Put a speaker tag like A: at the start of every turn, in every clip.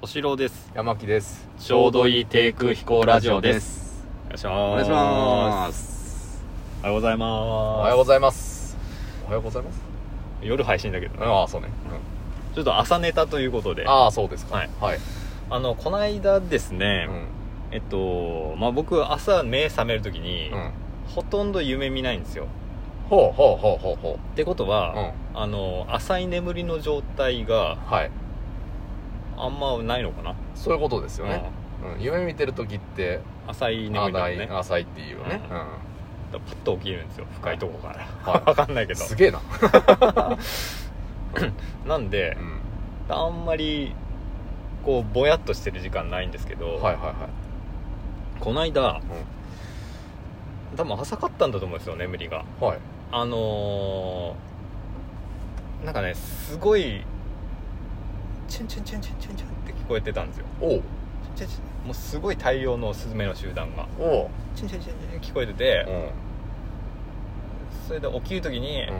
A: 敏郎です
B: 山木です
A: ちょうどいい低空飛行ラジオです
B: す
A: お願いし
B: お
A: ま
B: 願いしますす
A: おはようございます
B: おはようございますおはようございます
A: 夜配信だけどね
B: ああそうね、
A: ちょっと朝ネタということ
B: う
A: で
B: ん、ああそうですか
A: はい
B: はい、
A: あのこの間ですね、
B: うん
A: えっとまあ僕朝目覚めるときに、
B: うん
A: ほとんど夢見ないんですよ
B: ほうほうほうほうほ
A: ってこと
B: うう
A: は、
B: ん
A: あの浅い眠りの状態が
B: はい
A: あんまないのかな、
B: そういうことですよね、うん夢見てる時って
A: うん浅い眠りだ
B: 浅
A: よ
B: い
A: ね
B: 浅いっていうよね、
A: うんパッと起きるんですよ深いとこから、
B: はい
A: わかんないうけ
B: ん、
A: ど
B: すげえな、
A: なんで
B: う
A: あんまりこうぼやっとしてる時間ないんですけど、
B: ん、はいはいは
A: この間、多分浅かったんだと思うんですよ眠りが
B: いはい
A: あのー、なんかねすごいチュンチュンチュンチュンチュンチュンって聞こえてたんですよ
B: おう
A: チュンチュンチュンもうすごい大量のスズメの集団が
B: おう
A: チュンチュンチュンチュン聞こえてて、
B: うん
A: それで起きる時に「
B: うん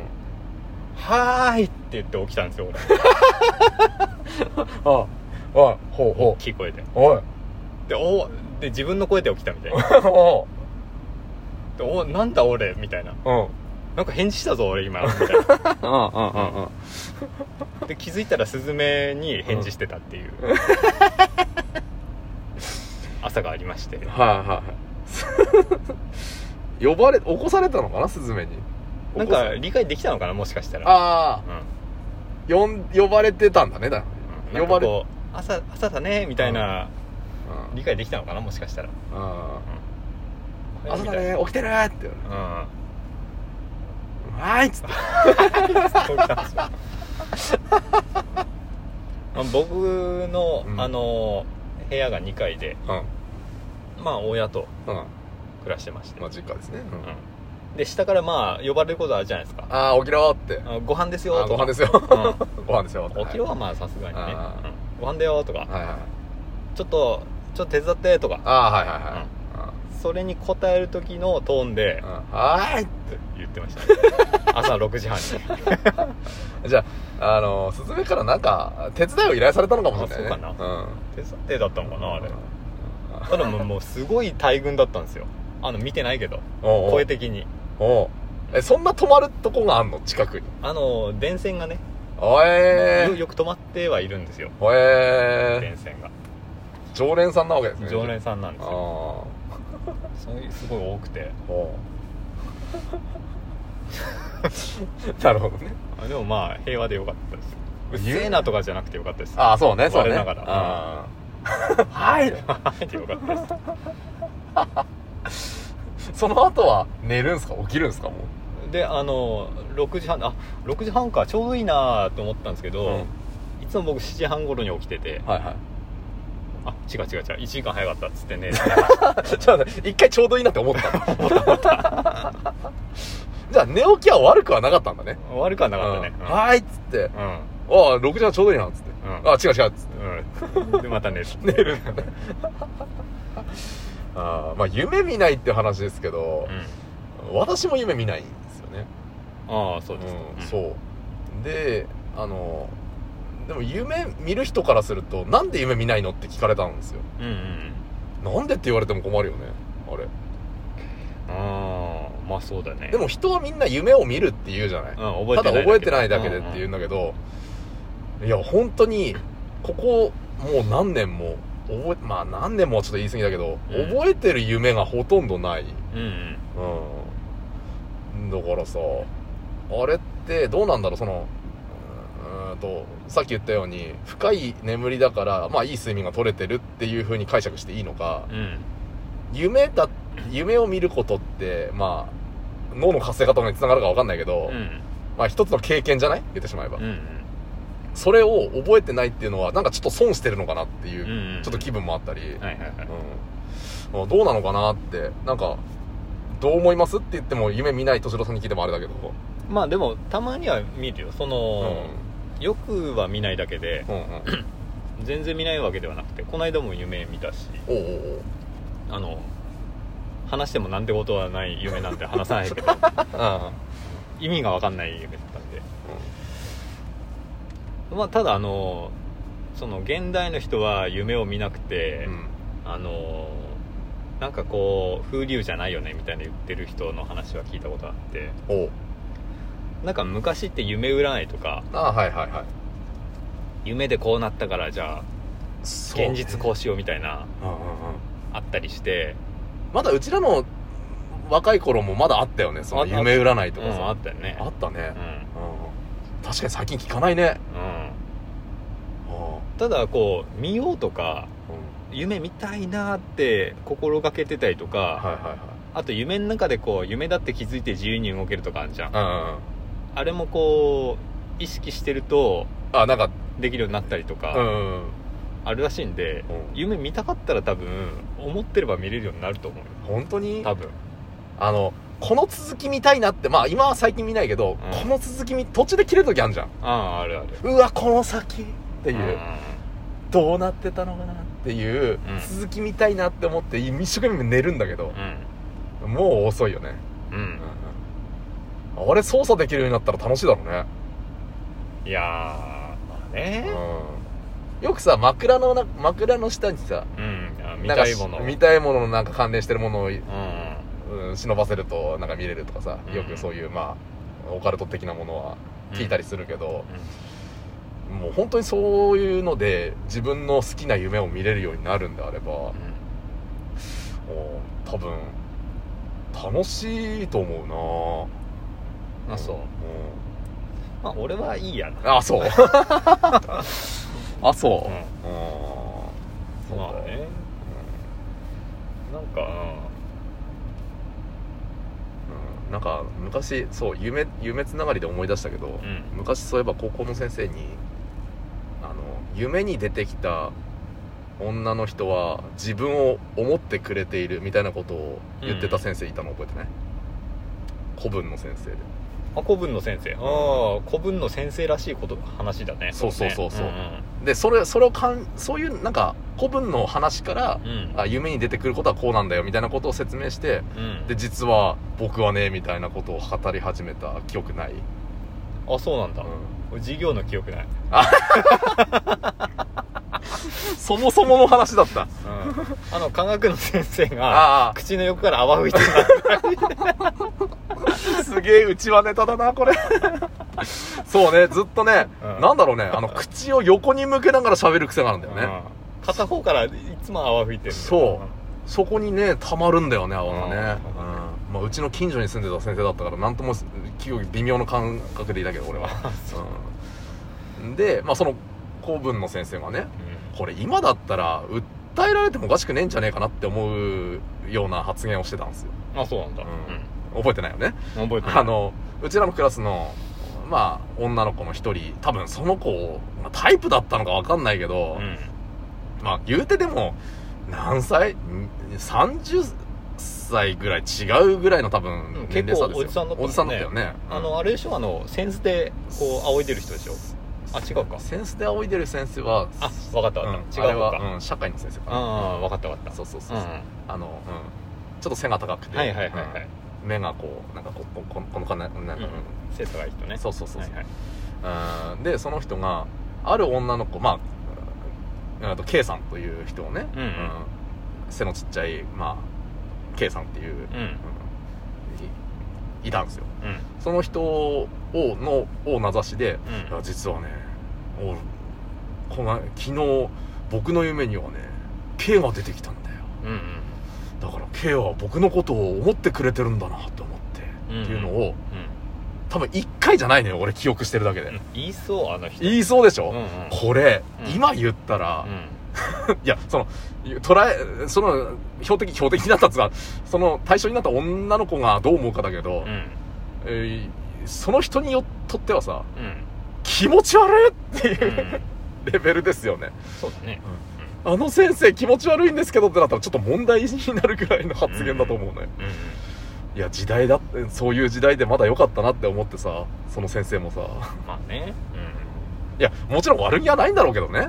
A: はーい!」って言って起きたんですよ 俺
B: ああほうほう
A: 聞こえて
B: おい
A: でおで自分の声で起きたみたいな
B: おう
A: でおなんだ俺みたいな
B: うんうん
A: なんか返事したぞ俺今みたいな
B: うんうんうん
A: で気づいたらスズメに返事してたっていう朝がありまして
B: はいはいはい 呼ばれ起こされたのかなスズメに
A: なん
B: 起こ
A: か
B: さ
A: 理解できたのかなもしかしたら
B: ああ
A: うん
B: 呼ん呼ばれてたんだねだ
A: うんなん
B: 呼ば
A: か
B: れ
A: こう朝朝だねみたいな
B: うん
A: 理解できたのかなもしかしたら
B: うん朝だ
A: みたい
B: ね起きてるーって言われる
A: な
B: はーいっつって
A: うんそうなんですよまあ僕の
B: うん
A: あの部屋が2階で
B: うん
A: まあ親と
B: うん
A: 暮らしてまして
B: まあ実家ですねうん
A: うんで下からまあ呼ばれることあるじゃないですか
B: ああ起きろーって
A: あご飯ですよ
B: あ
A: と
B: ご
A: か
B: 飯ですよ ご飯ですよ
A: うん起きろはまあさすがにね
B: あ
A: う
B: ー
A: んご飯だよとか
B: はいはいはい
A: ちょっとちょっと手伝ってとか
B: ああはいはいはい
A: それに答える時のトーンで
B: うんうんはーい
A: 言ってましたね 朝6時半に
B: じゃああのスズメからなんか手伝いを依頼されたのかもしれないね
A: あそうか
B: なうん
A: 手伝ってだったのかなあれ
B: あ
A: ただもうもうすごい大群だったんですよあの見てないけど
B: おうおう
A: 声的に
B: おうえそんな止まるとこがあんの近くに
A: あの電線がね、
B: おえ
A: よよく止まってはいるんですよ
B: おえ
A: 電線が
B: 常連さんなわけですね
A: 常連さんなんです
B: ああ
A: よそういうすごい多くて
B: おう なるほどね
A: あでもまあ平和でよかったですうっせえなとかじゃなくてよかったです
B: ああそうねそうね
A: 我ながら
B: あーはい
A: はいよか ったです
B: その後は寝るんすか起きるんすかも
A: であの6時半あ6時半かちょうどいいなと思ったんですけ
B: う、
A: ど、いつも僕7時半頃に起きてて
B: はいはい
A: あ違う違う違う1時間早かったっつって ね
B: じゃあ一回ちょうどいいなって思ったの じゃあ寝起きは悪くはなかったんだね
A: 悪くはなかったね
B: うんはーいっつって
A: うんうん
B: 「ああ6時半ちょうどいいな」っつって「
A: うん
B: ああ違う違う」っつって
A: うん、でまた寝る
B: 寝るんだねあーまあ夢見ないって話ですけ
A: うん
B: ど、私も夢見ないんですよね
A: ああそうです
B: うん
A: か、うん
B: そうであのでも夢見る人からするとなんで夢見ないのって聞かれたんですよ
A: うんうんうん
B: なんでって言われても困るよねあれ
A: ああまあそうだね
B: でも人はみんな夢を見るって言うじゃない
A: うん、
B: た
A: 覚えてない
B: だ覚えてないだけでっ
A: ん
B: て
A: ん
B: 言うんだけど、いや本当にここもう何年も覚えまあ何年もはちょっと言い過ぎだけど、
A: うん
B: 覚えてる夢がほとんどない、
A: うんうん
B: うん、だからさあれってどうなんだろうそのうーんとさっき言ったように深い眠りだからまあいい睡眠が取れてるっていう風に解釈していいのか
A: うん
B: 夢だ夢を見ることってまあ脳の活性化とかにつながるかわかんないけど、
A: うん
B: まあ一つの経験じゃない言ってしまえば、
A: うん
B: それを覚えてないっていうのはなんかちょっと損してるのかなっていう、
A: うんうん
B: ちょっと気分もあったり、
A: はいはいはい
B: うんまあ、どうなのかなってなんかどう思いますって言っても夢見ない敏郎さんに聞いてもあれだけど
A: まあでもたまには見るよその、よくは見ないだけで
B: うんうんうん
A: 全然見ないわけではなくてこの間も夢見たし
B: おうおうおう
A: あの話してもなんてことはない夢なんて話さないけど
B: あ
A: 意味がわかんない夢だったんでまあただあのその現代の人は夢を見なくて、
B: うん
A: あのなんかこう風流じゃないよねみたいな言ってる人の話は聞いたことあって
B: おう
A: なんか昔って夢占いとか
B: ああはいはいはい
A: 夢でこうなったからじゃあ現実こうしようみたいな
B: う、うんうんうん、
A: あったりして
B: まだうちらの若い頃もまだあったよねその
A: あった
B: 夢占いと
A: う
B: かさ、
A: んあったよね
B: あったね
A: う、ん
B: うん、確かに最近聞かないね
A: うん
B: あ
A: ただこう見ようとか
B: あうん
A: 夢見たいなーって心がけてたりとか、
B: はいはいはい
A: あと夢の中でこう夢だって気づいて自由に動けるとかあるじゃん
B: うんうんうん
A: あれもこう意識してると
B: あなんか
A: できるようになったりとか、
B: うんうんうん
A: あるらしいんで
B: うん
A: 夢見たかったら多分思ってれば見れるようになると思うよ
B: 本当に
A: 多分
B: あのこの続き見たいなってまあ今は最近見ないけど、
A: うん
B: この続き見途中で切れる時あるじゃん
A: あああるあるっ
B: うわこの先って
A: て
B: いう、どうなってたのかなっていう、
A: うん
B: 続き見たいなって思って一生懸命寝るんだけど
A: う、ん
B: もう遅いよね、
A: うん、うん
B: あれ操作できるようになったら楽しいだろうね、
A: いやーまあね
B: うん、よくさ枕のな枕の下にさ
A: うんあ見
B: なんか
A: たいもの
B: 見たいもののなんか関連してるものを、
A: うん
B: うん、忍ばせるとなんか見れるとかさ
A: うん
B: よくそういうまあオカルト的なものは聞いたりするけど、もう本当にそういうので自分の好きな夢を見れるようになるんであれば
A: うん、うん
B: もう多分楽しいと思うな
A: あそうまあ俺はいいやな
B: うん あそうあそう、
A: うん
B: あーそう
A: ま
B: か
A: あねなんか
B: うんなんか昔そう夢夢つながりで思い出したけど、
A: ん
B: 昔そういえば高校の先生にあの夢に出てきた女の人は自分を思ってくれているみたいなことを言ってた先生いたの覚えてない、古文の先生で
A: あ古文の先生ああ古文の先生らしいこと話だね
B: そうそうそうそう
A: れね
B: でそれそれをかんそういうなんか古文の話から
A: うんうん
B: あ夢に出てくることはこうなんだよみたいなことを説明して
A: うん
B: で実は僕はねみたいなことを語り始めた記憶ない、
A: あそうなんだ
B: うん
A: 俺授業の記憶ない
B: そもそもの話だった。
A: あの科学の先生が
B: あ
A: 口の横から泡吹いてる
B: あ、 すげえ内輪ネタだな、これ。そうね、ずっとね、
A: うん
B: なんだろうね、あの、口を横に向けながら喋る癖があるんだよね。
A: うん片方からいつも泡吹いてる
B: そうそこにね、溜まるんだよね、泡がね。
A: うん
B: うん。まあ、うちの近所に住んでた先生だったから、なんとも、企業微妙な感覚でいたけど、俺は。
A: あそう
B: うん。で、まあ、その、公文の先生がね、
A: う
B: これ今だったら、訴えられてもおかしくねえんじゃねえかなって思うような発言をしてたんですよ。
A: んあそうなんだ
B: う
A: うんん
B: 覚えてないよね。
A: 覚えてない
B: あのうちらのクラスのまあ女の子の一人多分その子、まあタイプだったのかわかんないけど、
A: うん
B: まあ言うてでも何歳ん ?30 歳ぐらい違うぐらいの多
A: う
B: 分
A: ん
B: 年齢差で
A: 結構
B: すよ、
A: おじさんだったもんね
B: おじさんだったよね
A: あのあれでしょあのセンスでこう仰いでる人でしょあ違うか
B: センスで仰いでる先生は
A: あわかったわかった
B: うん、
A: 違うの
B: あれ
A: か
B: は、うん、社会の先生かな
A: ああ分かった分かった
B: そうそうそう
A: う
B: そ
A: ん
B: う、
A: は
B: あの、うん、ちょっと背が高く
A: い
B: て
A: はいはいはい
B: うん目がこうなんかここここのかななんか、うん
A: うん背高い人ね
B: そうそうそうそう、
A: はいはい
B: うんでその人がある女の子まあうんあと K さんという人をね、
A: うんうん
B: 背のちっちゃい、まあ、K さんっていう、うん
A: うん
B: いいたんですよ
A: うん
B: その人をのを名指しで
A: う
B: 「
A: ん
B: いや実はねおこの昨日僕の夢にはね K が出てきたんだよ
A: うん
B: だから K は僕のことを思ってくれてるんだなと思って」
A: うん
B: っていうのを
A: う
B: 多分1回じゃないのよ俺記憶してるだけで、
A: ん言いそうあの人
B: 言いそうでしょ、
A: うんうん
B: これ、
A: うん
B: 今言ったら
A: う、ん
B: いや、その、捉え、その、標的、標的になったっつうか、その対象になった女の子がどう思うかだけど、
A: うん
B: えーその人によっとってはさ、
A: うん
B: 気持ち悪いって
A: う
B: いう、
A: ん
B: レベルですよね。
A: そうだね
B: あの先生気持ち悪いんですけどってなったらちょっと問題になるぐらいの発言だと思うね。
A: うんうん
B: いや、時代だって、そういう時代でまだ良かったなって思ってさ、その先生もさ、
A: まあね
B: いや、もちろん悪気はないんだろうけど ね。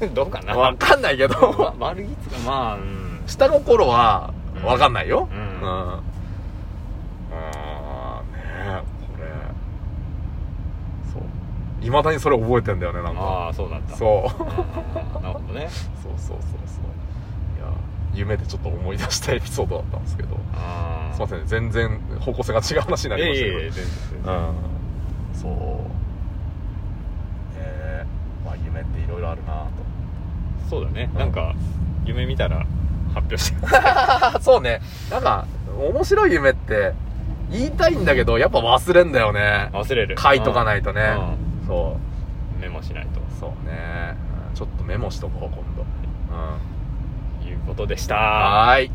A: うんどうかな
B: わかんないけど。
A: わ悪いっつうかまあうん
B: 下心は分かんないよ
A: うん
B: うん、ああねえこれそういまだにそれ覚えてんだよねなんか
A: ああそうだった
B: そう
A: あーなるほどね
B: そうそうそうそういや夢でちょっと思い出したエピソードだったんですけど
A: ああ
B: すいませんね全然方向性が違う話になりま
A: い
B: した
A: や
B: け
A: い
B: ど
A: やいや全然
B: うんそうえー、まあ夢っていろいろあるな
A: そうだね
B: うん
A: なんか夢見たら発表して
B: と そうねなんか面白い夢って言いたいんだけどやっぱ忘れんだよね
A: 忘れる
B: 書いとかないとね
A: うん
B: そ
A: うんメモしないと
B: うそうねうんちょっとメモしとこう今度うん
A: いうことでした
B: はーい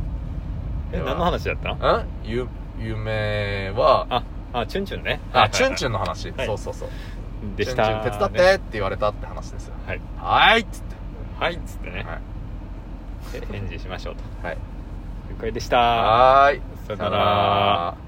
A: え
B: では
A: 何の話だった
B: んゆ夢は
A: ああチュンチュンね
B: あチュンチュ
A: ン
B: ンの話、
A: はい
B: そうそうそう
A: で
B: チ
A: し
B: ュン
A: た
B: チュン手伝って
A: ね
B: って言われたって話ですよ
A: はい
B: はーいっつって
A: はいっつってね
B: はい
A: で返事しましょうと
B: はい
A: 了解でした
B: はーい
A: さよなら